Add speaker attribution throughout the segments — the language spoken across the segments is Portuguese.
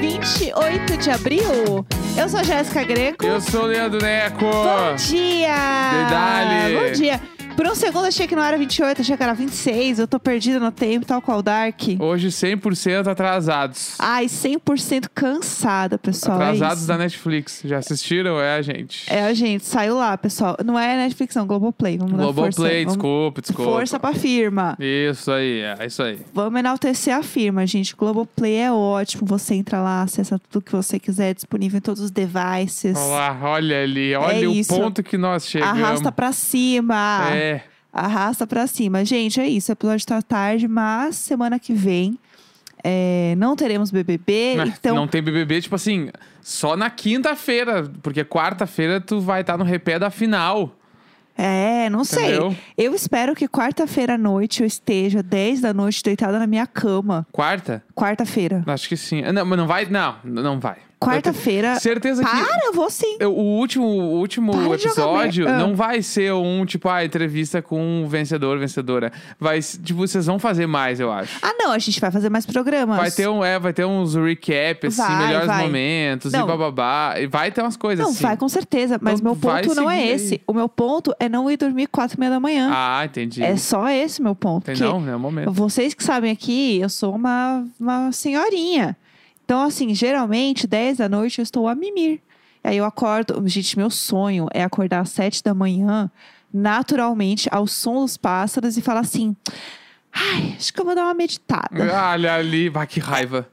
Speaker 1: 28 de abril. Eu sou Jéssica Greco.
Speaker 2: Eu sou o Leandro Neco.
Speaker 1: Bom dia!
Speaker 2: Dedale.
Speaker 1: Bom dia! Por um segundo achei que não era 28, achei que era 26. Eu tô perdida no tempo, tal qual Dark.
Speaker 2: Hoje 100% atrasados.
Speaker 1: Ai, 100% cansada, pessoal.
Speaker 2: atrasados
Speaker 1: é,
Speaker 2: da Netflix. Já assistiram? É, gente.
Speaker 1: isso. é, gente, saiu lá, pessoal. Não é Netflix, não, Globoplay. Vamos dar força.
Speaker 2: Globoplay,
Speaker 1: aí, vamos-
Speaker 2: desculpa, desculpa.
Speaker 1: Força pra firma.
Speaker 2: Isso aí, é isso aí.
Speaker 1: Vamos enaltecer a firma, gente. Globoplay é ótimo. Você entra lá, acessa tudo que você quiser, é disponível em todos os devices.
Speaker 2: Olha lá, olha ali, olha o
Speaker 1: É isso.
Speaker 2: ponto que nós chegamos.
Speaker 1: Arrasta pra cima.
Speaker 2: É,
Speaker 1: Arrasta pra cima. Gente, é isso. O episódio tá tarde, mas semana que vem é, não teremos BBB.
Speaker 2: mas
Speaker 1: então,
Speaker 2: né? não tem BBB, tipo assim, só na quinta-feira, porque quarta-feira tu vai estar no repé da final.
Speaker 1: é, não sei.
Speaker 2: Entendeu?
Speaker 1: Eu espero que quarta-feira à noite eu esteja 10 da noite deitada na minha cama.
Speaker 2: Quarta?
Speaker 1: Quarta-feira.
Speaker 2: Acho que sim. Ah, Não, mas não vai? Não, não vai.
Speaker 1: Quarta-feira.
Speaker 2: Certeza que.
Speaker 1: Para, eu vou sim.
Speaker 2: Eu- O último, o último
Speaker 1: Para de jogar
Speaker 2: episódio
Speaker 1: merda. Ah.
Speaker 2: não vai ser um, tipo, ah, entrevista com um vencedor, vencedora. Vai, s- tipo, vocês vão fazer mais, eu acho.
Speaker 1: Ah, não, a gente vai fazer mais programas.
Speaker 2: Vai ter, um, é, vai ter uns recap, assim,
Speaker 1: Vai,
Speaker 2: melhores
Speaker 1: vai.
Speaker 2: momentos e
Speaker 1: Não.
Speaker 2: bababá. E vai ter umas coisas
Speaker 1: Não,
Speaker 2: assim.
Speaker 1: vai com certeza, mas
Speaker 2: Então
Speaker 1: meu
Speaker 2: vai
Speaker 1: ponto não é
Speaker 2: seguir aí.
Speaker 1: esse. O meu ponto é não ir dormir quatro e meia da manhã.
Speaker 2: Ah, entendi.
Speaker 1: É só esse meu ponto.
Speaker 2: Tem-
Speaker 1: que
Speaker 2: Não, não é o momento.
Speaker 1: Vocês que sabem aqui, eu sou uma, uma senhorinha. Então, assim, geralmente, 10 da noite, eu estou a mimir. E aí eu acordo. Gente, meu sonho é acordar às 7 da manhã, naturalmente, ao som dos pássaros e falar assim. Ai, acho que eu vou dar uma meditada.
Speaker 2: Olha ali, bah, que raiva.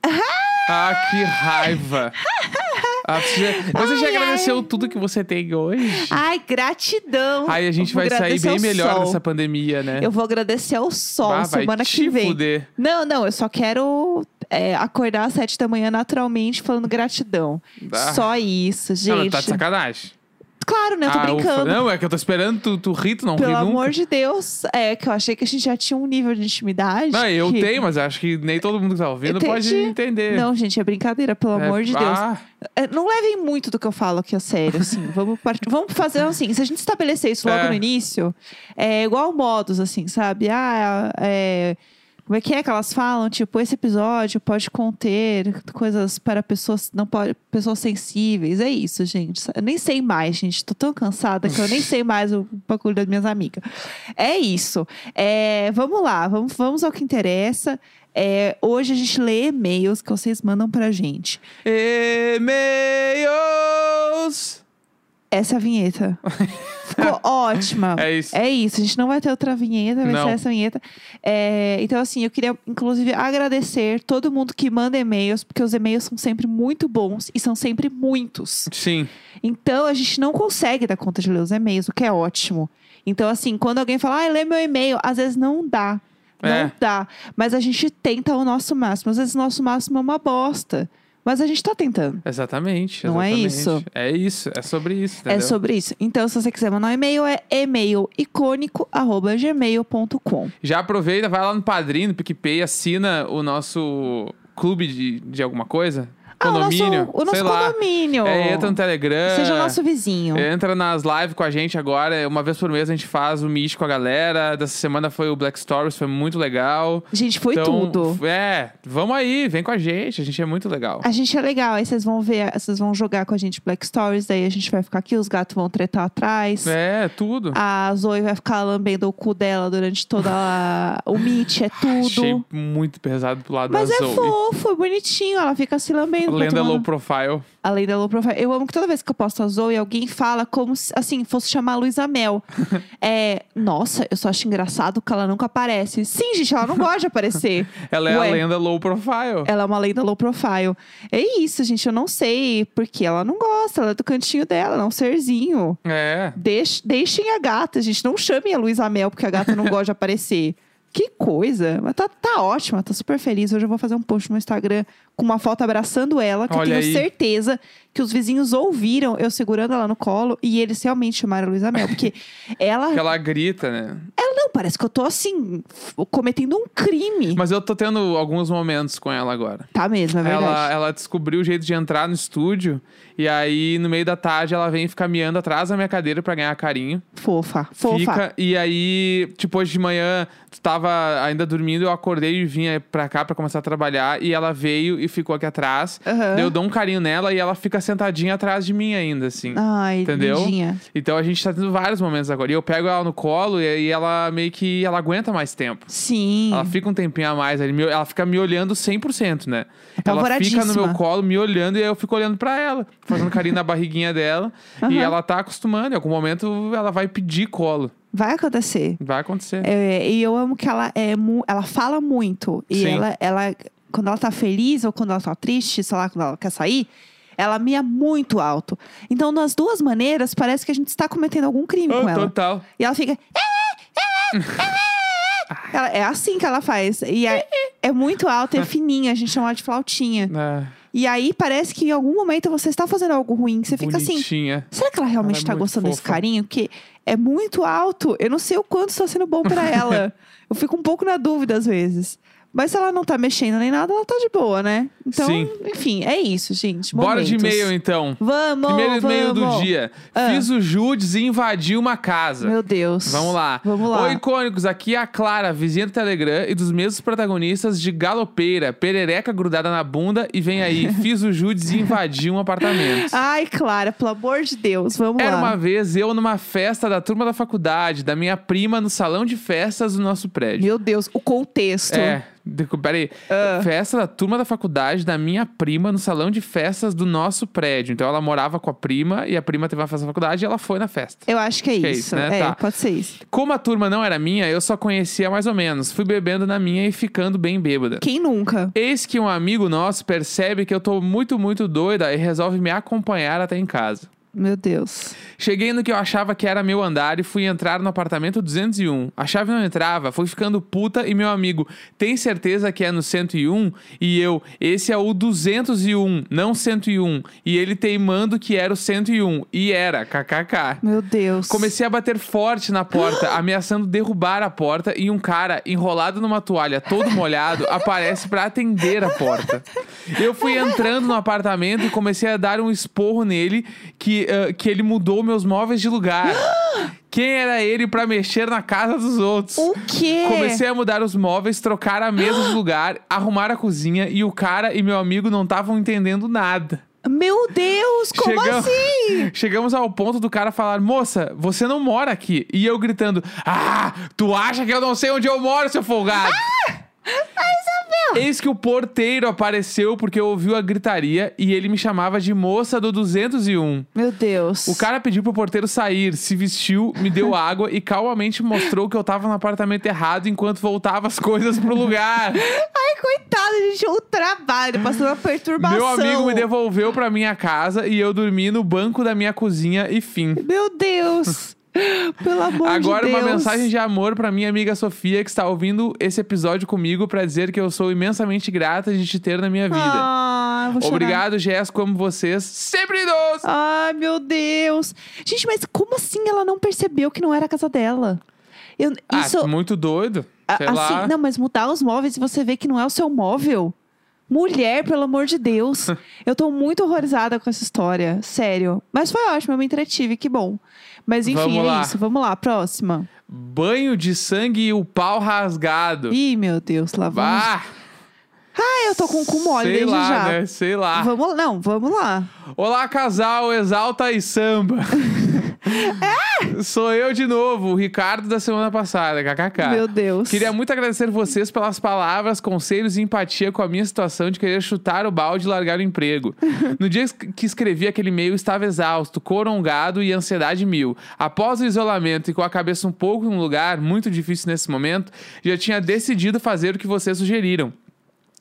Speaker 2: ah, que raiva. Ah, você já, você já
Speaker 1: Ai, ai.
Speaker 2: agradeceu tudo que você tem hoje?
Speaker 1: Ai, gratidão.
Speaker 2: Aí a gente
Speaker 1: Eu vou
Speaker 2: vai sair
Speaker 1: agradecer
Speaker 2: bem
Speaker 1: ao
Speaker 2: melhor
Speaker 1: sol.
Speaker 2: dessa pandemia, né?
Speaker 1: Eu vou agradecer ao sol
Speaker 2: Bah, vai
Speaker 1: semana
Speaker 2: te
Speaker 1: que vem.
Speaker 2: Fuder.
Speaker 1: Não, não, eu só quero é, acordar às 7 da manhã naturalmente falando gratidão.
Speaker 2: Bah.
Speaker 1: Só isso,
Speaker 2: Não,
Speaker 1: gente.
Speaker 2: tá de sacanagem.
Speaker 1: Claro, né? Eu tô
Speaker 2: Ah, ufa.
Speaker 1: brincando.
Speaker 2: Não, é que eu tô esperando tu, tu rir, tu não ri
Speaker 1: Pelo
Speaker 2: nunca.
Speaker 1: amor de Deus. É que eu achei que a gente já tinha um nível de intimidade.
Speaker 2: Não, eu
Speaker 1: que-
Speaker 2: tenho, mas acho que nem todo mundo que tá ouvindo
Speaker 1: Entendi.
Speaker 2: pode entender.
Speaker 1: Não, gente, é brincadeira, pelo
Speaker 2: É,
Speaker 1: amor de Deus.
Speaker 2: ah,
Speaker 1: É, Não levem muito do que eu falo aqui a sério, assim. vamos, part- vamos fazer assim. Se a gente estabelecer isso logo
Speaker 2: É.
Speaker 1: no início, é igual modos, assim, sabe? Ah, é. Como é que é que elas falam? Tipo, esse episódio pode conter coisas para pessoas não pode, pessoas sensíveis. É isso, gente. Eu nem sei mais, gente. Tô tão cansada que eu nem sei mais o bagulho das minhas amigas. É isso. É, vamos lá, vamos, vamos ao que interessa. É, hoje a gente lê e-mails que vocês mandam pra gente.
Speaker 2: E-mails!
Speaker 1: Essa é a vinheta. Ficou ótima.
Speaker 2: É isso.
Speaker 1: É isso, a gente não vai ter outra vinheta, vai
Speaker 2: Não.
Speaker 1: ser essa vinheta. É, então, assim, eu queria, inclusive, agradecer todo mundo que manda e-mails, porque os e-mails são sempre muito bons e são sempre muitos.
Speaker 2: Sim.
Speaker 1: Então, a gente não consegue dar conta de ler os e-mails, o que é ótimo. Então, assim, quando alguém fala, ah, lê meu e-mail, às vezes não dá. Não
Speaker 2: É.
Speaker 1: dá. Mas a gente tenta o nosso máximo. Às vezes o nosso máximo é uma bosta. Mas a gente tá tentando.
Speaker 2: Exatamente.
Speaker 1: Não é
Speaker 2: exatamente.
Speaker 1: isso?
Speaker 2: É isso. É sobre isso,
Speaker 1: É
Speaker 2: entendeu?
Speaker 1: sobre isso. Então, se você quiser mandar um e-mail, é e-mailicônico.gmail.com.
Speaker 2: Já aproveita, vai lá no Padrim, no PicPay, assina o nosso clube de, de alguma coisa.
Speaker 1: Ah, o nosso,
Speaker 2: condomínio.
Speaker 1: o nosso
Speaker 2: sei lá.
Speaker 1: condomínio.
Speaker 2: É, entra no Telegram.
Speaker 1: Seja nosso vizinho.
Speaker 2: Entra nas lives com a gente agora. é, Uma vez por mês a gente faz o Meet com a galera. Dessa semana foi o Black Stories, foi muito legal.
Speaker 1: Gente, foi
Speaker 2: então,
Speaker 1: tudo.
Speaker 2: É, vamos aí, vem com a gente. A gente é muito legal.
Speaker 1: A gente é legal. Aí vocês vão ver, vocês vão jogar com a gente Black Stories. Daí a gente vai ficar aqui, os gatos vão tretar atrás.
Speaker 2: É, tudo.
Speaker 1: A Zoe vai ficar lambendo o cu dela durante toda a... o meet, é
Speaker 2: Achei
Speaker 1: tudo.
Speaker 2: muito pesado pro lado
Speaker 1: Mas
Speaker 2: da
Speaker 1: é
Speaker 2: Zoe.
Speaker 1: fofo, é bonitinho. Ela fica se lambendo. enquanto
Speaker 2: Lenda é
Speaker 1: manda-
Speaker 2: low profile.
Speaker 1: A Lenda Low Profile. Eu amo que toda vez que eu posto a Zoe, alguém fala como se, assim, fosse chamar a Luísa Mel. é, nossa, eu só acho engraçado que ela nunca aparece. Sim, gente, ela não gosta de aparecer.
Speaker 2: Ela é
Speaker 1: Ué.
Speaker 2: a lenda low profile.
Speaker 1: Ela é uma lenda low profile. É isso, gente. Eu não sei porque ela não gosta. Ela é do cantinho dela, ela é um serzinho.
Speaker 2: É.
Speaker 1: Deix- deixem a gata, gente. Não chamem a Luísa Mel porque a gata não gosta de aparecer. Que coisa. Mas tá, tá ótima, tá super feliz. Hoje eu vou fazer um post no Instagram com uma foto abraçando ela, que
Speaker 2: Olha
Speaker 1: eu tenho
Speaker 2: aí.
Speaker 1: certeza que os vizinhos ouviram eu segurando ela no colo e eles realmente chamaram a Luísa Mel. Porque ela.
Speaker 2: Porque É, ela grita, né?
Speaker 1: Ela não parece que eu tô assim, f- cometendo um crime.
Speaker 2: Mas eu tô tendo alguns momentos com ela agora.
Speaker 1: Tá mesmo, é verdade.
Speaker 2: Ela, ela descobriu o jeito de entrar no estúdio. E aí, no meio da tarde, ela vem e fica miando atrás da minha cadeira pra ganhar carinho.
Speaker 1: Fofa, fofa.
Speaker 2: Fica, e aí, tipo, hoje de manhã, tu tava ainda dormindo, eu acordei e vinha pra cá pra começar a trabalhar. E ela veio e ficou aqui atrás.
Speaker 1: Aham.
Speaker 2: Daí Eu dou um carinho nela e ela fica sentadinha atrás de mim ainda, assim.
Speaker 1: Ai,
Speaker 2: Entendeu?
Speaker 1: lindinha.
Speaker 2: Então a gente tá tendo vários momentos agora. E eu pego ela no colo e aí ela meio que ela aguenta mais tempo.
Speaker 1: Sim.
Speaker 2: Ela fica um tempinho a mais, ali, me- ela fica me olhando 100%, né? Ela fica no
Speaker 1: Apavoradíssima.
Speaker 2: meu colo me olhando e aí eu fico olhando pra ela, fazendo carinho na barriguinha dela. E
Speaker 1: Aham.
Speaker 2: ela tá acostumando, em algum momento ela vai pedir colo.
Speaker 1: Vai acontecer.
Speaker 2: Vai acontecer.
Speaker 1: É, e eu amo que ela é mu- ela fala muito. E
Speaker 2: Sim.
Speaker 1: ela, ela, quando ela tá feliz ou quando ela tá triste, sei lá, quando ela quer sair, ela mia muito alto. Então, nas duas maneiras, parece que a gente está cometendo algum crime
Speaker 2: Ah,
Speaker 1: com ela.
Speaker 2: Total.
Speaker 1: E ela fica. "É, é, é, é". Ela- é assim que ela faz. E é, é muito alta, é fininha, a gente chama ela de flautinha.
Speaker 2: Ah,
Speaker 1: E aí parece que em algum momento você está fazendo algo ruim. Você fica assim,
Speaker 2: bonitinha.
Speaker 1: Será que ela realmente
Speaker 2: Ela é
Speaker 1: tá
Speaker 2: muito
Speaker 1: gostando desse
Speaker 2: fofa.
Speaker 1: carinho? Porque é muito alto. Eu não sei o quanto está sendo bom pra ela. eu fico um pouco na dúvida às vezes. Mas se ela não tá mexendo nem nada, ela tá de boa, né? Então,
Speaker 2: Sim.
Speaker 1: enfim, é isso, gente.
Speaker 2: Bora de
Speaker 1: Momentos.
Speaker 2: e-mail então.
Speaker 1: Vamos,
Speaker 2: Primeiro
Speaker 1: vamos.
Speaker 2: e-mail do dia.
Speaker 1: Ah.
Speaker 2: Fiz o Judes e invadi uma casa.
Speaker 1: Meu Deus.
Speaker 2: Vamos lá.
Speaker 1: Vamos lá.
Speaker 2: Oi, icônicos. Aqui é a Clara, vizinha do Telegram e dos mesmos protagonistas de Galopeira, perereca grudada na bunda e vem aí. Fiz o Judes e invadi um apartamento.
Speaker 1: Ai, Clara, pelo amor de Deus, Ah, vamos
Speaker 2: Era
Speaker 1: lá.
Speaker 2: uma vez eu numa festa da turma da faculdade, da minha prima, no salão de festas do nosso prédio.
Speaker 1: Meu Deus, o contexto.
Speaker 2: É, de- peraí.
Speaker 1: Ah.
Speaker 2: Festa da turma da faculdade da minha prima no salão de festas do nosso prédio. Então ela morava com a prima e a prima teve uma festa na faculdade e ela foi na festa.
Speaker 1: Eu acho que é
Speaker 2: Que é
Speaker 1: isso.
Speaker 2: isso, né?
Speaker 1: É,
Speaker 2: Tá.
Speaker 1: pode ser isso.
Speaker 2: Como a turma não era minha, eu só conhecia mais ou menos. Fui bebendo na minha e ficando bem bêbada.
Speaker 1: Quem nunca?
Speaker 2: Eis que um amigo nosso percebe que eu tô muito, muito doida e resolve me acompanhar até em casa.
Speaker 1: Meu Deus.
Speaker 2: Cheguei no que eu achava que era meu andar e fui entrar no apartamento 201. A chave não entrava, fui ficando puta e meu amigo, tem certeza que é no 101? E eu, esse é o 201, não 101. E ele teimando que era o 101. E era, kkk.
Speaker 1: Meu Deus.
Speaker 2: Comecei a bater forte na porta, ameaçando derrubar a porta, e um cara, enrolado numa toalha, todo molhado, aparece pra atender a porta. Eu fui entrando no apartamento e comecei a dar um esporro nele que, ah, que ele mudou meus móveis de lugar. Quem era ele pra mexer na casa dos outros?
Speaker 1: O quê?
Speaker 2: Comecei a mudar os móveis, trocar a mesa de lugar, arrumar a cozinha e o cara e meu amigo não estavam entendendo nada.
Speaker 1: Meu Deus, como
Speaker 2: Chegam-
Speaker 1: assim?
Speaker 2: Chegamos ao ponto do cara falar: Moça, você não mora aqui. E eu gritando: Ah, tu acha que eu não sei onde eu moro, seu folgado?
Speaker 1: Ah!
Speaker 2: Eis que o porteiro apareceu porque ouviu a gritaria e ele me chamava de moça do 201.
Speaker 1: Meu Deus.
Speaker 2: O cara pediu pro porteiro sair, se vestiu, me deu água e calmamente mostrou que eu tava no apartamento errado enquanto voltava as coisas pro lugar.
Speaker 1: Ai, coitado, gente, o trabalho, passando uma perturbação.
Speaker 2: Meu amigo me devolveu pra minha casa e eu dormi no banco da minha cozinha e fim.
Speaker 1: Meu Deus. Pelo amor
Speaker 2: Agora
Speaker 1: de Deus.
Speaker 2: uma mensagem de amor pra minha amiga Sofia que está ouvindo esse episódio comigo pra dizer que eu sou imensamente grata de te ter na minha vida.
Speaker 1: Ah, eu vou chorar.
Speaker 2: Obrigado, Jess, como vocês sempre nos.
Speaker 1: Ai, meu Deus. Gente, mas como assim ela não percebeu que não era a casa dela? Eu, isso,
Speaker 2: Ah, muito doido.
Speaker 1: a-
Speaker 2: Sei
Speaker 1: assim,
Speaker 2: lá.
Speaker 1: não, mas mudar os móveis e você vê que não é o seu móvel. Mulher, pelo amor de Deus. eu tô muito horrorizada com essa história, sério. Mas foi ótimo, eu me entretive, que bom. Mas enfim,
Speaker 2: Vamos
Speaker 1: é
Speaker 2: lá.
Speaker 1: isso. Vamos lá, próxima.
Speaker 2: Banho de sangue e o pau rasgado.
Speaker 1: Ih, meu Deus, lá vamos.
Speaker 2: Bah,
Speaker 1: Ah, eu tô com o cu mole
Speaker 2: sei
Speaker 1: desde
Speaker 2: lá,
Speaker 1: já.
Speaker 2: né? Sei lá.
Speaker 1: Vamos, não, vamos lá.
Speaker 2: Olá, casal, exalta e samba.
Speaker 1: É?
Speaker 2: Sou eu de novo, o Ricardo da semana passada, kkk.
Speaker 1: Meu Deus.
Speaker 2: Queria muito agradecer vocês pelas palavras, conselhos e empatia com a minha situação de querer chutar o balde e largar o emprego. No dia es- que escrevi aquele e-mail, estava exausto, corongado e ansiedade mil. Após o isolamento e com a cabeça um pouco em um lugar, muito difícil nesse momento, já tinha decidido fazer o que vocês sugeriram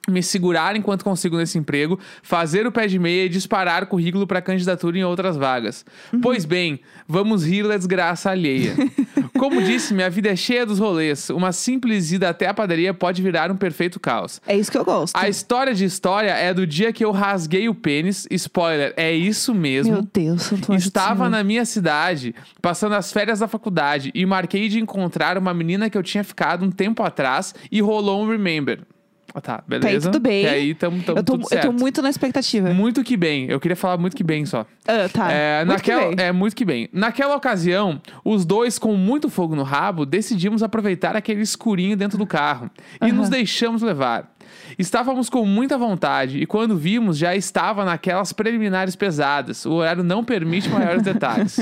Speaker 2: me segurar enquanto consigo nesse emprego, fazer o pé de meia e disparar currículo para candidatura em outras vagas. Pois bem, vamos rir da desgraça alheia. Como disse, minha vida é cheia dos rolês. Uma simples ida até a padaria pode virar um perfeito caos.
Speaker 1: É isso que eu gosto.
Speaker 2: A história de história é do dia que eu rasguei o pênis. Spoiler, é isso mesmo.
Speaker 1: Meu Deus, Santo Anjo do
Speaker 2: Estava
Speaker 1: Senhor.
Speaker 2: na minha cidade, passando as férias da faculdade, e marquei de encontrar uma menina que eu tinha ficado um tempo atrás e rolou um Remember. Ah, tá,
Speaker 1: Tá
Speaker 2: beleza.
Speaker 1: aí, tudo bem.
Speaker 2: Até aí, tamo, tamo
Speaker 1: eu, tô,
Speaker 2: tudo
Speaker 1: eu
Speaker 2: certo.
Speaker 1: tô muito na expectativa.
Speaker 2: Muito que bem. Eu queria falar muito que bem só.
Speaker 1: Ah, tá.
Speaker 2: É,
Speaker 1: Muito que
Speaker 2: naquela,
Speaker 1: bem.
Speaker 2: é, muito que bem. Naquela ocasião, os dois, com muito fogo no rabo, decidimos aproveitar aquele escurinho dentro do carro e nos deixamos levar. Estávamos com muita vontade e quando vimos já estava naquelas preliminares pesadas. O horário não permite maiores detalhes.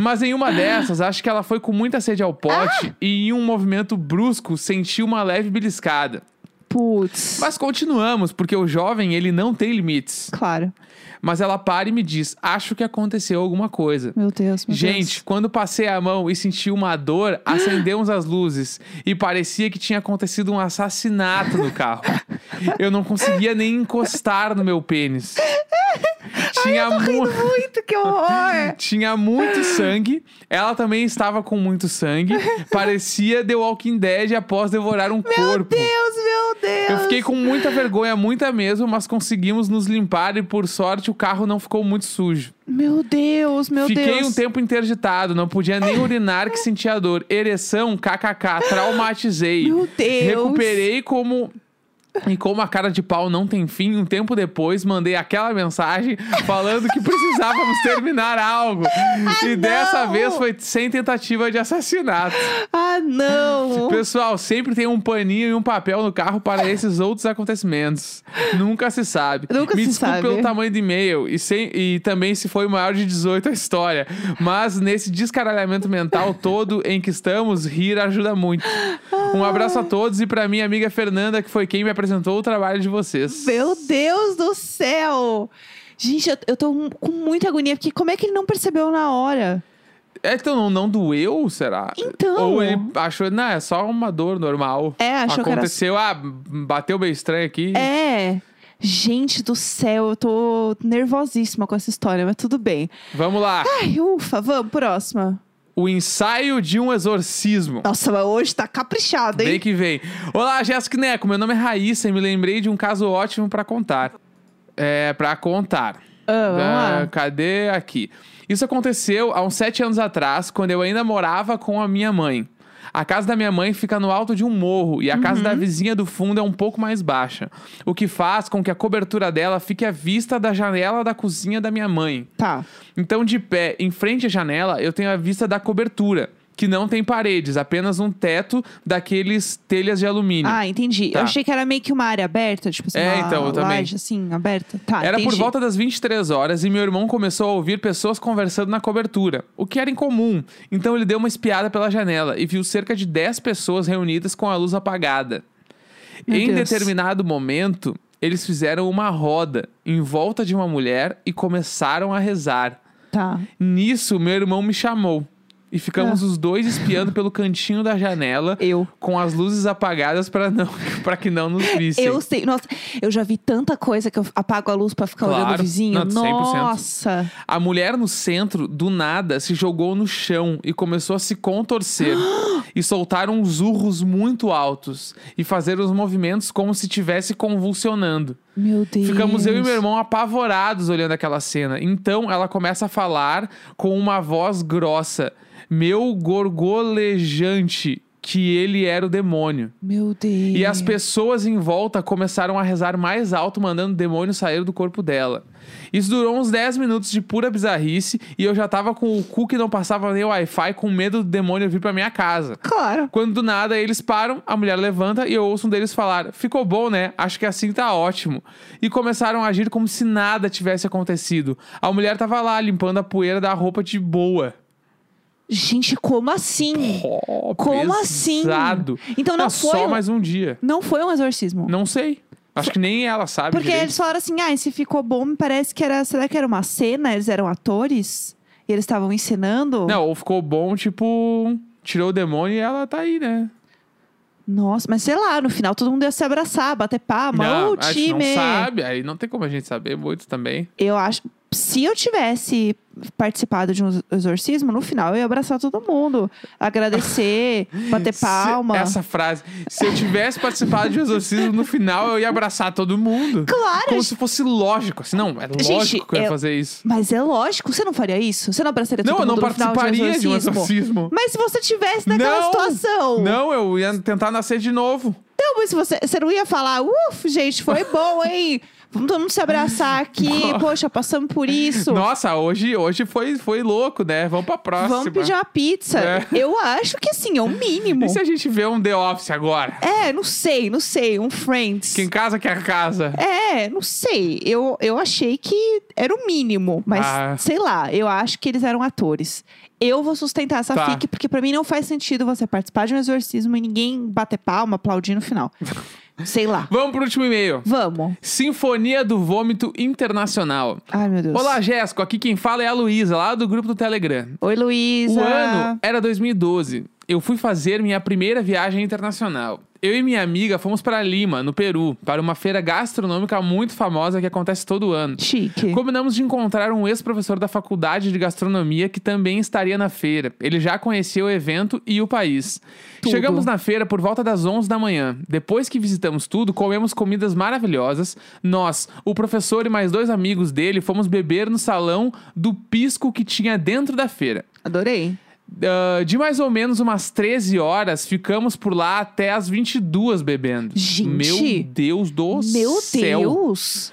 Speaker 2: Mas em uma dessas, acho que ela foi com muita sede ao
Speaker 1: Ah!
Speaker 2: pote e em um movimento brusco sentiu uma leve beliscada.
Speaker 1: Putz.
Speaker 2: Mas continuamos, porque o jovem ele não tem limites.
Speaker 1: Claro.
Speaker 2: Mas ela para e me diz: Acho que aconteceu alguma coisa.
Speaker 1: Meu Deus, meu
Speaker 2: Gente,
Speaker 1: Deus.
Speaker 2: quando passei a mão e senti uma dor, acendemos as luzes e parecia que tinha acontecido um assassinato no carro. Eu não conseguia nem encostar no meu pênis. Tinha, mu-
Speaker 1: Muito que horror.
Speaker 2: tinha muito sangue. Ela também estava com muito sangue. Parecia The Walking Dead após devorar um
Speaker 1: meu
Speaker 2: corpo.
Speaker 1: Deus, meu Deus.
Speaker 2: Eu fiquei com muita vergonha, muita mesmo, mas conseguimos nos limpar e por sorte o carro não ficou muito sujo.
Speaker 1: Meu Deus, meu
Speaker 2: Fiquei
Speaker 1: Deus.
Speaker 2: um tempo interditado, não podia nem urinar que sentia dor. Ereção, kkk, traumatizei.
Speaker 1: Meu Deus.
Speaker 2: Recuperei como. E como a cara de pau não tem fim, um tempo depois mandei aquela mensagem falando que precisávamos terminar algo. e dessa
Speaker 1: Ah, não!
Speaker 2: vez foi sem tentativa de assassinato.
Speaker 1: Ah, não.
Speaker 2: Pessoal, sempre tem um paninho e um papel no carro para esses outros acontecimentos. Nunca se sabe.
Speaker 1: Nunca
Speaker 2: Me
Speaker 1: se
Speaker 2: desculpe
Speaker 1: sabe.
Speaker 2: pelo tamanho do e-mail e, sem- e também se foi maior de 18 a história. Mas nesse descaralhamento mental todo em que estamos, rir ajuda muito. Um abraço a todos e para minha amiga Fernanda, que foi quem me apresentou o trabalho de vocês.
Speaker 1: Meu Deus do céu. Gente, eu, eu tô mu- com muita agonia, porque como é que ele não percebeu na hora?
Speaker 2: É que então não, não doeu, será?
Speaker 1: Então.
Speaker 2: Ou ele achou, não, é só uma dor normal.
Speaker 1: É, achou que era-
Speaker 2: Aconteceu, ah, bateu meio estranho aqui.
Speaker 1: É. Gente do céu, eu tô nervosíssima com essa história, mas tudo bem.
Speaker 2: Vamos lá.
Speaker 1: Ai, ufa, vamos, próxima.
Speaker 2: O ensaio de um exorcismo.
Speaker 1: Nossa, mas hoje tá caprichado,
Speaker 2: Vem
Speaker 1: hein?
Speaker 2: que vem. Olá, Jéssica e Neco. Meu nome é Raíssa e me lembrei de um caso ótimo pra contar. É, pra contar.
Speaker 1: Ah, vamos
Speaker 2: Ah,
Speaker 1: lá.
Speaker 2: cadê aqui? Isso aconteceu há uns sete anos atrás, quando eu ainda morava com a minha mãe. A casa da minha mãe fica no alto de um morro e a casa
Speaker 1: Uhum.
Speaker 2: da vizinha do fundo é um pouco mais baixa, o que faz com que a cobertura dela fique à vista da janela da cozinha da minha mãe.
Speaker 1: Tá.
Speaker 2: Então, de pé, em frente à janela, eu tenho a vista da cobertura, que não tem paredes, apenas um teto daqueles telhas de alumínio.
Speaker 1: Ah, entendi.
Speaker 2: Tá.
Speaker 1: Eu achei que era meio que uma área aberta, tipo assim,
Speaker 2: É,
Speaker 1: uma
Speaker 2: então, eu também.
Speaker 1: laje, assim, aberta. Tá,
Speaker 2: Era por
Speaker 1: entendi.
Speaker 2: volta das 23 horas e meu irmão começou a ouvir pessoas conversando na cobertura, o que era incomum. Então ele deu uma espiada pela janela e viu cerca de 10 pessoas reunidas com a luz apagada.
Speaker 1: Meu
Speaker 2: em
Speaker 1: Deus.
Speaker 2: determinado momento, eles fizeram uma roda em volta de uma mulher e começaram a rezar.
Speaker 1: Tá.
Speaker 2: Nisso, meu irmão me chamou. E ficamos os dois espiando pelo cantinho da janela.
Speaker 1: Ah. Eu.
Speaker 2: Com as luzes apagadas para não, pra que não nos vissem.
Speaker 1: Eu sei. Nossa, eu já vi tanta coisa que eu apago a luz pra ficar
Speaker 2: Claro.
Speaker 1: olhando o vizinho.
Speaker 2: Não, 100%.
Speaker 1: Nossa.
Speaker 2: A mulher no centro, do nada, se jogou no chão e começou a se contorcer. e soltar uns urros muito altos. E fazer os movimentos como se estivesse convulsionando.
Speaker 1: Meu Deus.
Speaker 2: Ficamos eu e meu irmão apavorados olhando aquela cena. Então ela começa a falar com uma voz grossa, meu gorgolejante, que ele era o demônio.
Speaker 1: Meu Deus.
Speaker 2: E as pessoas em volta começaram a rezar mais alto, mandando o demônio sair do corpo dela. Isso durou uns 10 minutos de pura bizarrice e eu já tava com o cu que não passava nem o Wi-Fi, com medo do demônio vir pra minha casa.
Speaker 1: Claro.
Speaker 2: Quando do nada eles param, a mulher levanta e eu ouço um deles falar: Ficou bom, né? Acho que assim tá ótimo. E começaram a agir como se nada tivesse acontecido. A mulher tava lá, limpando a poeira da roupa de boa.
Speaker 1: Gente, como assim?
Speaker 2: Oh,
Speaker 1: Como
Speaker 2: pesado.
Speaker 1: assim? Então não
Speaker 2: É
Speaker 1: foi
Speaker 2: Só
Speaker 1: um-
Speaker 2: mais um dia.
Speaker 1: Não foi um exorcismo.
Speaker 2: Não sei. Acho que nem ela sabe.
Speaker 1: Porque
Speaker 2: direito.
Speaker 1: eles falaram assim, ah, esse ficou bom, me parece que era, será que era uma cena? Eles eram atores? E eles estavam encenando?
Speaker 2: Não, ou ficou bom, tipo, tirou o demônio e ela tá aí, né?
Speaker 1: Nossa, mas sei lá, no final todo mundo ia se abraçar, bater palma.
Speaker 2: não,
Speaker 1: Ô,
Speaker 2: a gente
Speaker 1: time!
Speaker 2: não sabe, aí não tem como a gente saber muito também.
Speaker 1: Eu acho... se eu tivesse participado de um exorcismo, no final eu ia abraçar todo mundo, agradecer, bater
Speaker 2: Se-
Speaker 1: palma.
Speaker 2: Essa frase. Se eu tivesse participado de um exorcismo no final, eu ia abraçar todo mundo.
Speaker 1: Claro,
Speaker 2: Como se fosse lógico. Assim, não, é
Speaker 1: Gente,
Speaker 2: lógico que eu ia
Speaker 1: eu-
Speaker 2: fazer isso.
Speaker 1: Mas é lógico, você não faria isso? Você não abraçaria
Speaker 2: Não,
Speaker 1: todo
Speaker 2: eu não
Speaker 1: mundo no final
Speaker 2: participaria de um exorcismo.
Speaker 1: Mas se você tivesse naquela
Speaker 2: Não!
Speaker 1: situação.
Speaker 2: Não, eu ia tentar nascer de novo.
Speaker 1: Não, mas se você, você não ia falar, uff, gente, foi bom, hein? Vamos todo mundo se abraçar aqui. Poxa, passamos por isso.
Speaker 2: Nossa, hoje, hoje foi, foi louco, né? Vamos pra próxima.
Speaker 1: Vamos pedir uma pizza.
Speaker 2: É.
Speaker 1: Eu acho que assim, é o mínimo.
Speaker 2: E se a gente vê um The Office agora?
Speaker 1: É, não sei, não sei. Um Friends.
Speaker 2: Quem casa quer casa.
Speaker 1: É, não sei. Eu, eu achei que era o mínimo, mas
Speaker 2: Ah.
Speaker 1: sei lá, eu acho que eles eram atores. Eu vou sustentar essa
Speaker 2: Tá.
Speaker 1: fic, porque pra mim não faz sentido você participar de um exorcismo e ninguém bater palma, aplaudir no final. sei lá.
Speaker 2: Vamos pro último e-mail.
Speaker 1: Vamos.
Speaker 2: Sinfonia do Vômito Internacional.
Speaker 1: Ai, meu Deus.
Speaker 2: Olá, Jéssico. Aqui quem fala é a Luísa, lá do grupo do Telegram.
Speaker 1: Oi, Luísa.
Speaker 2: O ano era 2012. Eu fui fazer minha primeira viagem internacional. Eu e minha amiga fomos para Lima, no Peru, para uma feira gastronômica muito famosa que acontece todo ano.
Speaker 1: Chique.
Speaker 2: Combinamos de encontrar um ex-professor da faculdade de gastronomia que também estaria na feira. Ele já conhecia o evento e o país.
Speaker 1: Tudo.
Speaker 2: Chegamos na feira por volta das 11 da manhã. Depois que visitamos tudo, comemos comidas maravilhosas. Nós, o professor e mais dois amigos dele, fomos beber no salão do pisco que tinha dentro da feira.
Speaker 1: Adorei.
Speaker 2: Ah, de mais ou menos umas 13 horas, ficamos por lá até as 22 bebendo.
Speaker 1: Gente!
Speaker 2: Meu Deus do
Speaker 1: meu
Speaker 2: céu!
Speaker 1: Deus.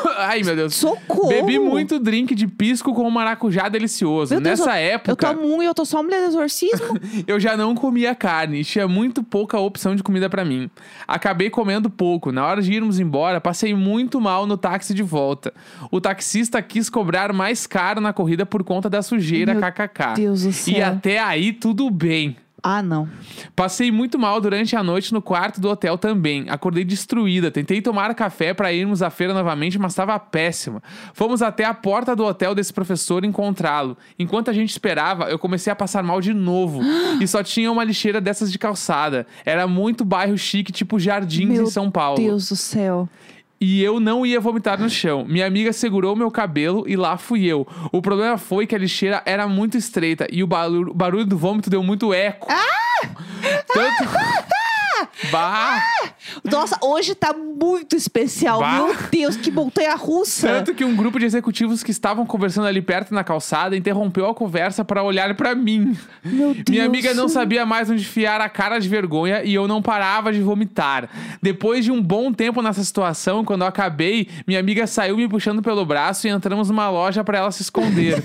Speaker 2: Ai, meu Deus.
Speaker 1: Socorro.
Speaker 2: Bebi muito drink de pisco com maracujá delicioso.
Speaker 1: Meu Deus,
Speaker 2: Nessa
Speaker 1: Eu
Speaker 2: época, eu,
Speaker 1: tomo um e eu tô só mulher de exorcismo.
Speaker 2: já não comia carne e tinha muito pouca opção de comida pra mim. Acabei comendo pouco. Na hora de irmos embora, passei muito mal no táxi de volta. O taxista quis cobrar mais caro na corrida por conta da sujeira,
Speaker 1: Meu
Speaker 2: kkk.
Speaker 1: Deus do
Speaker 2: Ah. E
Speaker 1: céu.
Speaker 2: até aí tudo bem.
Speaker 1: Ah, não.
Speaker 2: Passei muito mal durante a noite no quarto do hotel também. Acordei destruída. Tentei tomar café para irmos à feira novamente, mas estava péssima. Fomos até a porta do hotel desse professor encontrá-lo. Enquanto a gente esperava, eu comecei a passar mal de novo. e só tinha uma lixeira dessas de calçada. Era muito bairro chique, tipo Jardins
Speaker 1: Meu
Speaker 2: em São Paulo.
Speaker 1: Deus do céu.
Speaker 2: E eu não ia vomitar no chão. Minha amiga segurou meu cabelo e lá fui eu. O problema foi que a lixeira era muito estreita e o barulho, barulho do vômito deu muito eco. Ah! Tanto... Bah!
Speaker 1: Nossa, hoje tá muito especial.
Speaker 2: Bah.
Speaker 1: Meu Deus, que montanha russa.
Speaker 2: Tanto que um grupo de executivos que estavam conversando ali perto na calçada interrompeu a conversa para olhar para mim.
Speaker 1: Meu Deus.
Speaker 2: Minha amiga não sabia mais onde enfiar a cara de vergonha e eu não parava de vomitar. Depois de um bom tempo nessa situação, quando eu acabei, minha amiga saiu me puxando pelo braço e entramos numa loja para ela se esconder.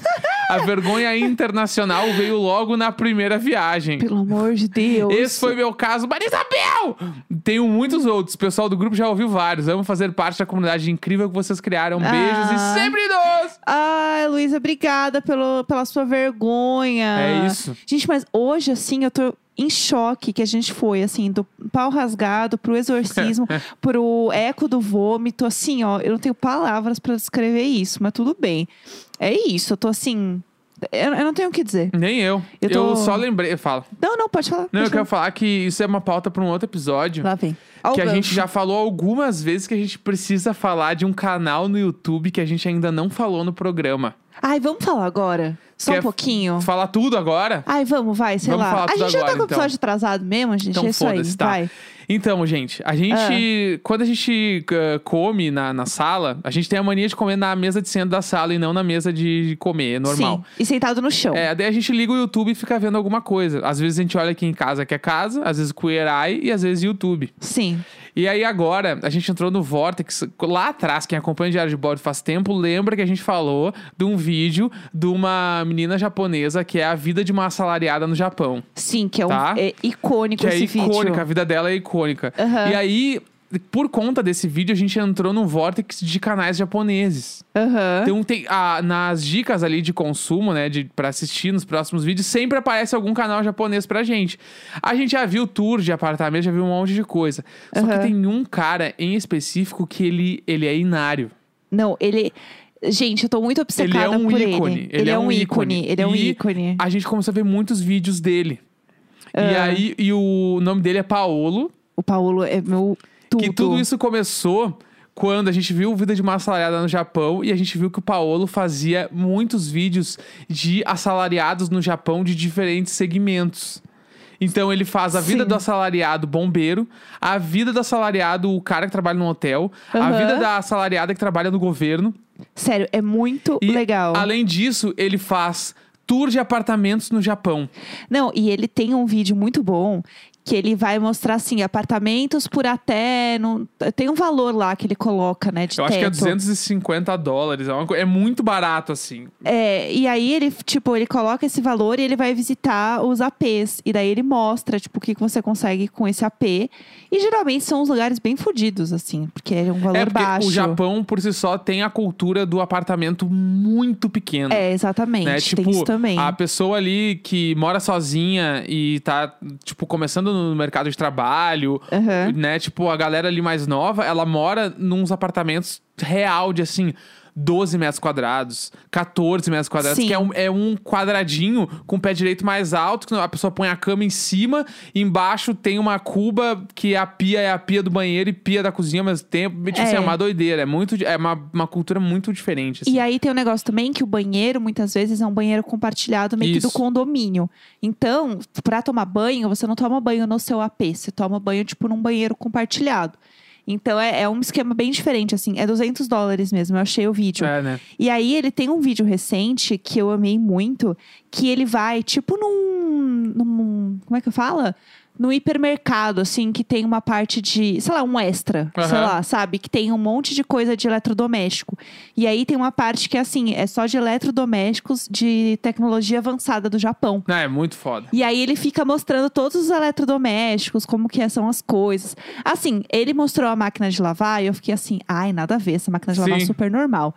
Speaker 2: a vergonha internacional veio logo na primeira viagem.
Speaker 1: Pelo amor de Deus.
Speaker 2: Esse foi meu caso, Maria Isabel! Tenho muitos outros. O pessoal do grupo já ouviu vários. Amo fazer parte da comunidade incrível que vocês criaram. Beijos
Speaker 1: Ah.
Speaker 2: e sempre nós!
Speaker 1: Ai, Luísa, obrigada pelo, pela sua vergonha.
Speaker 2: É isso.
Speaker 1: Gente, mas hoje, assim, eu tô em choque que a gente foi, assim, do pau rasgado pro exorcismo, pro eco do vômito. Assim, ó, eu não tenho palavras pra descrever isso, mas tudo bem. É isso, eu tô assim. Eu, eu não tenho o que dizer.
Speaker 2: Nem eu.
Speaker 1: Eu tô-
Speaker 2: só lembrei. Fala.
Speaker 1: Não, não, pode falar.
Speaker 2: Não, eu
Speaker 1: pode
Speaker 2: quero falar que isso é uma pauta para um outro episódio.
Speaker 1: falar. Lá vem. Ó o
Speaker 2: que a
Speaker 1: gancho.
Speaker 2: gente já falou algumas vezes que a gente precisa falar de um canal no YouTube que a gente ainda não falou no programa.
Speaker 1: Ai, vamos falar agora? Só
Speaker 2: Quer
Speaker 1: um pouquinho?
Speaker 2: Falar tudo agora?
Speaker 1: Ai, vamos, vai, sei
Speaker 2: Vamos
Speaker 1: lá.
Speaker 2: falar
Speaker 1: a
Speaker 2: tudo
Speaker 1: gente já tá
Speaker 2: agora,
Speaker 1: com o
Speaker 2: então.
Speaker 1: episódio atrasado mesmo, gente.
Speaker 2: Então
Speaker 1: é isso aí.
Speaker 2: foda-se, tá.
Speaker 1: Vai. Ah.
Speaker 2: Então, gente, a gente. Quando a gente uh, come na, na sala, a gente tem a mania de comer na mesa de centro da sala e não na mesa de comer, é normal.
Speaker 1: Sim. E sentado no chão.
Speaker 2: É, daí a gente liga o YouTube e fica vendo alguma coisa. Às vezes a gente olha aqui em casa que é casa, às vezes Queerai e às vezes YouTube.
Speaker 1: Sim.
Speaker 2: E aí agora, a gente entrou no Vortex. Lá atrás, quem acompanha o Diário de Bordo faz tempo, lembra que a gente falou de um vídeo de uma menina japonesa que é a vida de uma assalariada no Japão.
Speaker 1: Sim, que é um
Speaker 2: Tá.
Speaker 1: é icônico
Speaker 2: Que é
Speaker 1: esse
Speaker 2: icônica, a
Speaker 1: vídeo.
Speaker 2: vida dela é icônica.
Speaker 1: Aham.
Speaker 2: E aí, por conta desse vídeo, a gente entrou num Vortex de canais japoneses.
Speaker 1: Aham.
Speaker 2: Então tem ah, nas dicas ali de consumo, né, de para assistir nos próximos vídeos, sempre aparece algum canal japonês pra gente. A gente já viu tour de apartamento, já viu um monte de coisa. Só que
Speaker 1: Aham.
Speaker 2: tem um cara em específico que ele ele é inário.
Speaker 1: Não, ele. Gente, eu tô muito obcecada
Speaker 2: Ele é um
Speaker 1: por
Speaker 2: ícone.
Speaker 1: ele. Ele é um ícone. Ele é um
Speaker 2: E-
Speaker 1: ícone.
Speaker 2: A gente começou a ver muitos vídeos dele. E aí e o nome dele é Paolo,
Speaker 1: O Paulo é meu tudo.
Speaker 2: que tudo isso começou Quando a gente viu o Vida de uma Assalariada no Japão e a gente viu que o Paolo fazia muitos vídeos de assalariados no Japão de diferentes segmentos. Então ele faz a vida
Speaker 1: Sim.
Speaker 2: do assalariado bombeiro, a vida do assalariado o cara que trabalha no hotel, a
Speaker 1: Aham.
Speaker 2: vida da assalariada que trabalha no governo.
Speaker 1: Sério, é muito
Speaker 2: E
Speaker 1: legal.
Speaker 2: além disso, ele faz tour de apartamentos no Japão.
Speaker 1: Não, e ele tem um vídeo muito bom que ele vai mostrar assim, apartamentos por até. não- Tem um valor lá que ele coloca, né? De
Speaker 2: Eu acho que é
Speaker 1: teto.
Speaker 2: 250 dólares. É, uma co- é muito barato, assim.
Speaker 1: É, e aí ele, tipo, ele coloca esse valor e ele vai visitar os APs. E daí ele mostra, tipo, o que que você consegue com esse AP. E geralmente são uns lugares bem fodidos, assim, porque é um valor
Speaker 2: é porque
Speaker 1: baixo.
Speaker 2: o Japão, por si só, tem a cultura do apartamento muito pequeno.
Speaker 1: É, exatamente.
Speaker 2: Né?
Speaker 1: tem isso
Speaker 2: Tipo,
Speaker 1: também.
Speaker 2: a pessoa ali que mora sozinha e tá, tipo, começando no mercado de trabalho,
Speaker 1: Aham.
Speaker 2: né? Tipo, a galera ali mais nova, ela mora nos apartamentos real de assim. 12 metros quadrados, 14 metros quadrados,
Speaker 1: Sim.
Speaker 2: que é um, é um quadradinho com o pé direito mais alto, que a pessoa põe a cama em cima, embaixo tem uma cuba que a pia é a pia do banheiro e pia da cozinha ao mesmo tempo. Tipo
Speaker 1: É.
Speaker 2: assim, é uma doideira, é muito di- é uma, uma cultura muito diferente. assim.
Speaker 1: E aí tem um negócio também que o banheiro, muitas vezes, é um banheiro compartilhado meio que do
Speaker 2: Isso.
Speaker 1: condomínio. Então, pra tomar banho, você não toma banho no seu AP, você toma banho, tipo, num banheiro compartilhado. Então, é, é um esquema bem diferente, assim. É 200 dólares mesmo, eu achei o vídeo.
Speaker 2: É, né?
Speaker 1: E aí ele tem um vídeo recente que eu amei muito, que ele vai tipo num, num- como é que fala? No hipermercado, assim, que tem uma parte de, sei lá, um extra,
Speaker 2: Aham.
Speaker 1: sei lá, sabe? Que tem um monte de coisa de eletrodoméstico. E aí tem uma parte que, assim, é só de eletrodomésticos de tecnologia avançada do Japão.
Speaker 2: Não, é muito foda.
Speaker 1: E aí ele fica mostrando todos os eletrodomésticos, como que são as coisas. Assim, ele mostrou a máquina de lavar e eu fiquei assim, ai, nada a ver, essa máquina de lavar
Speaker 2: Sim.
Speaker 1: é super normal.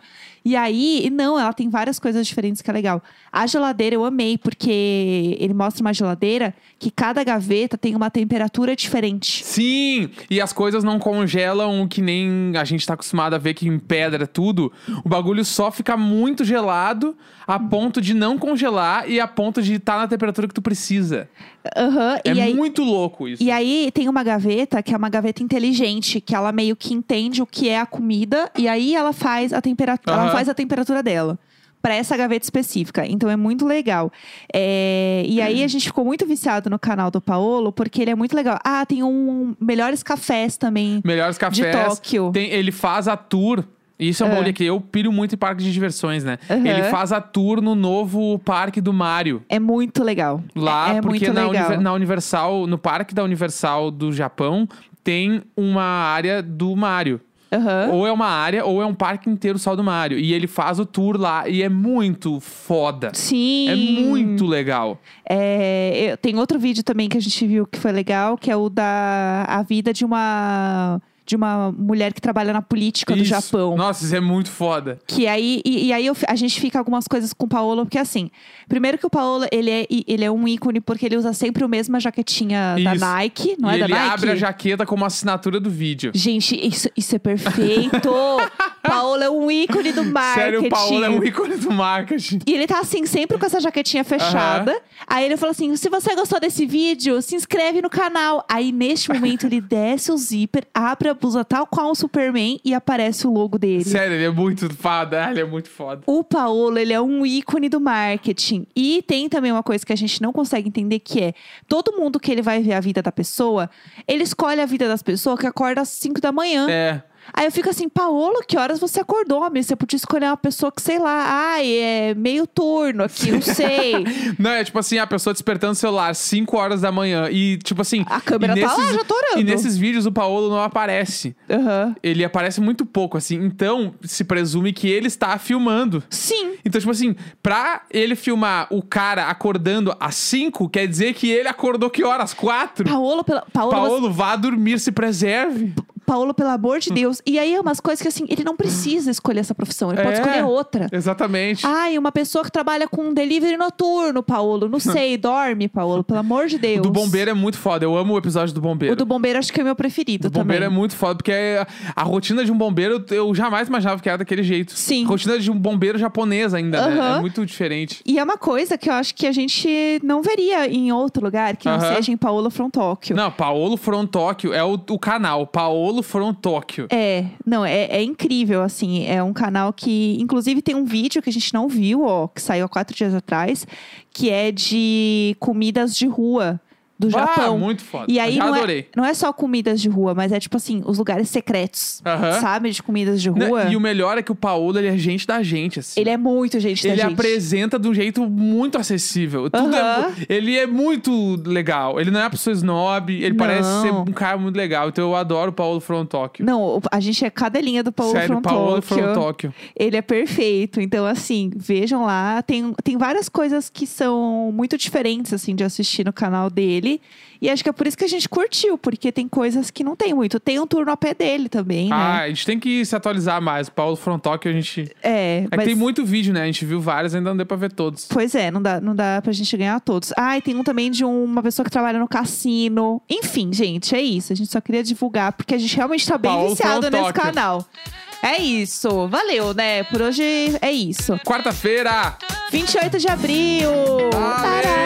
Speaker 1: E aí, e não, ela tem várias coisas diferentes que é legal. A geladeira eu amei, porque ele mostra uma geladeira que cada gaveta tem uma temperatura diferente.
Speaker 2: Sim! E as coisas não congelam que nem a gente tá acostumado a ver que em pedra tudo. O bagulho só fica muito gelado a ponto de não congelar e a ponto de estar na temperatura que tu precisa.
Speaker 1: Aham,
Speaker 2: é
Speaker 1: e aí.
Speaker 2: muito louco isso.
Speaker 1: E aí tem uma gaveta que é uma gaveta inteligente, que ela meio que entende o que é a comida e aí ela faz a temperatura,
Speaker 2: Aham.
Speaker 1: ela faz a temperatura dela para essa gaveta específica. Então é muito legal. É, E aí a gente ficou muito viciado no canal do Paolo porque ele é muito legal. Ah, tem um melhores cafés também
Speaker 2: Melhores cafés.
Speaker 1: de Tóquio.
Speaker 2: Tem- ele faz a tour. e Isso é um
Speaker 1: É.
Speaker 2: bagulho que eu piro muito em parque de diversões, né?
Speaker 1: Aham.
Speaker 2: Ele faz a tour no novo parque do Mario.
Speaker 1: É muito legal.
Speaker 2: Lá,
Speaker 1: é, é
Speaker 2: porque
Speaker 1: muito
Speaker 2: na,
Speaker 1: legal.
Speaker 2: Univer- na Universal, no parque da Universal do Japão, tem uma área do Mario.
Speaker 1: Aham.
Speaker 2: Ou é uma área, ou é um parque inteiro só do Mario. E ele faz o tour lá e é muito foda.
Speaker 1: Sim.
Speaker 2: É muito legal.
Speaker 1: É, eu- tem outro vídeo também que a gente viu que foi legal, que é o da a vida de uma de uma mulher que trabalha na política do
Speaker 2: Isso.
Speaker 1: Japão.
Speaker 2: Nossa, isso é muito foda.
Speaker 1: Que aí, e, e aí eu fi- a gente fica algumas coisas com o Paolo, porque assim, primeiro que o Paolo, ele é, i- ele é um ícone porque ele usa sempre o mesma jaquetinha da
Speaker 2: Isso.
Speaker 1: Nike, não
Speaker 2: e
Speaker 1: é da
Speaker 2: ele
Speaker 1: Nike?
Speaker 2: abre a jaqueta como assinatura do vídeo.
Speaker 1: Gente, isso, isso é perfeito! Paolo é um ícone do marketing.
Speaker 2: Sério, o Paulo é um ícone do marketing.
Speaker 1: E ele tá assim, sempre com essa jaquetinha fechada. Aí ele falou assim: se você gostou desse vídeo, se inscreve no canal. Aí, neste momento, ele desce o zíper, abre a blusa tal qual o Superman e aparece o logo dele.
Speaker 2: Sério, ele é muito foda. Ah, Ele é muito foda.
Speaker 1: O Paolo, ele é um ícone do marketing. E tem também uma coisa que a gente não consegue entender, que é... Todo mundo que ele vai ver a vida da pessoa, ele escolhe a vida das pessoas que acorda às 5 da manhã.
Speaker 2: É.
Speaker 1: Aí eu fico assim, Paolo, que horas você acordou, amigo? Você podia escolher uma pessoa que, sei lá, ai, é meio turno aqui, não sei.
Speaker 2: Não, é tipo assim, a pessoa despertando o celular 5 horas da manhã. E, tipo assim.
Speaker 1: A câmera
Speaker 2: e
Speaker 1: tá lá,
Speaker 2: nesses-
Speaker 1: já tô orando.
Speaker 2: E nesses vídeos o Paolo não aparece.
Speaker 1: Aham.
Speaker 2: Ele aparece muito pouco, assim. Então, se presume que ele está filmando.
Speaker 1: Sim.
Speaker 2: Então, tipo assim, pra ele filmar o cara acordando às 5, quer dizer que ele acordou que horas? 4?
Speaker 1: Paolo, pela, Paolo, você-
Speaker 2: Paulo, vá dormir, se preserve.
Speaker 1: Paolo, pelo amor
Speaker 2: Hum.
Speaker 1: de Deus. E aí, é umas coisas que, assim, ele não precisa escolher essa profissão. Ele pode
Speaker 2: É.
Speaker 1: escolher outra.
Speaker 2: Exatamente.
Speaker 1: Ai, uma pessoa que trabalha com delivery noturno, Paolo. Não sei, dorme, Paolo, pelo amor de
Speaker 2: Hum. O
Speaker 1: Deus.
Speaker 2: do bombeiro é muito foda. Eu amo o episódio do bombeiro.
Speaker 1: O do bombeiro acho que é o meu preferido
Speaker 2: O bombeiro é
Speaker 1: também.
Speaker 2: muito foda, porque é- a rotina de um bombeiro eu jamais imaginava que era daquele jeito.
Speaker 1: Sim.
Speaker 2: Rotina de um bombeiro japonês ainda, né?
Speaker 1: Aham.
Speaker 2: É muito diferente.
Speaker 1: E é uma coisa que eu acho que a gente não veria em outro lugar que não
Speaker 2: Aham.
Speaker 1: seja em Paolo from Tóquio.
Speaker 2: Não, Paolo From Tóquio é o, o canal. Paolo Criolo from Tóquio.
Speaker 1: É, não, é, é incrível, assim. É um canal que, inclusive, tem um vídeo que a gente não viu, ó, que saiu há quatro dias atrás, que é de comidas de rua do
Speaker 2: ah,
Speaker 1: Japão.
Speaker 2: muito foda.
Speaker 1: E aí
Speaker 2: Já
Speaker 1: não é,
Speaker 2: adorei.
Speaker 1: não é só comidas de rua, mas é tipo assim, os lugares secretos,
Speaker 2: Aham.
Speaker 1: sabe? De comidas de
Speaker 2: Né,
Speaker 1: rua.
Speaker 2: E o melhor é que o Paulo, ele é gente da gente, assim.
Speaker 1: Ele é muito gente da
Speaker 2: Ele
Speaker 1: gente.
Speaker 2: apresenta de um jeito muito acessível. Tudo é
Speaker 1: Aham.
Speaker 2: mu- ele é muito legal. Ele não é uma pessoa snob, ele parece
Speaker 1: Não.
Speaker 2: ser um cara muito legal. Então eu adoro o Paulo From Tóquio.
Speaker 1: Não, o- a gente é cadelinha do Paulo
Speaker 2: Sério,
Speaker 1: From
Speaker 2: Paulo
Speaker 1: Tóquio.
Speaker 2: From Tóquio.
Speaker 1: Ele é perfeito. Então, assim, vejam lá. Tem, tem várias coisas que são muito diferentes, assim, de assistir no canal dele. E acho que é por isso que a gente curtiu, porque tem coisas que não tem muito. Tem um turno a pé dele também,
Speaker 2: Ah,
Speaker 1: né?
Speaker 2: a gente tem que se atualizar mais. Paulo From Tóquio, a gente.
Speaker 1: É,
Speaker 2: É que
Speaker 1: mas...
Speaker 2: tem muito vídeo, né? A gente viu vários, ainda não deu pra ver todos.
Speaker 1: Pois é, não dá, não dá pra gente ganhar todos. Ah, e tem um também de uma pessoa que trabalha no cassino. Enfim, gente, é isso. A gente só queria divulgar, porque a gente realmente tá bem
Speaker 2: Paulo
Speaker 1: viciado nesse
Speaker 2: Frontóquio.
Speaker 1: canal. É isso. Valeu, né? Por hoje é isso.
Speaker 2: Quarta-feira!
Speaker 1: 28 de abril.
Speaker 2: Valeu!
Speaker 1: Tará!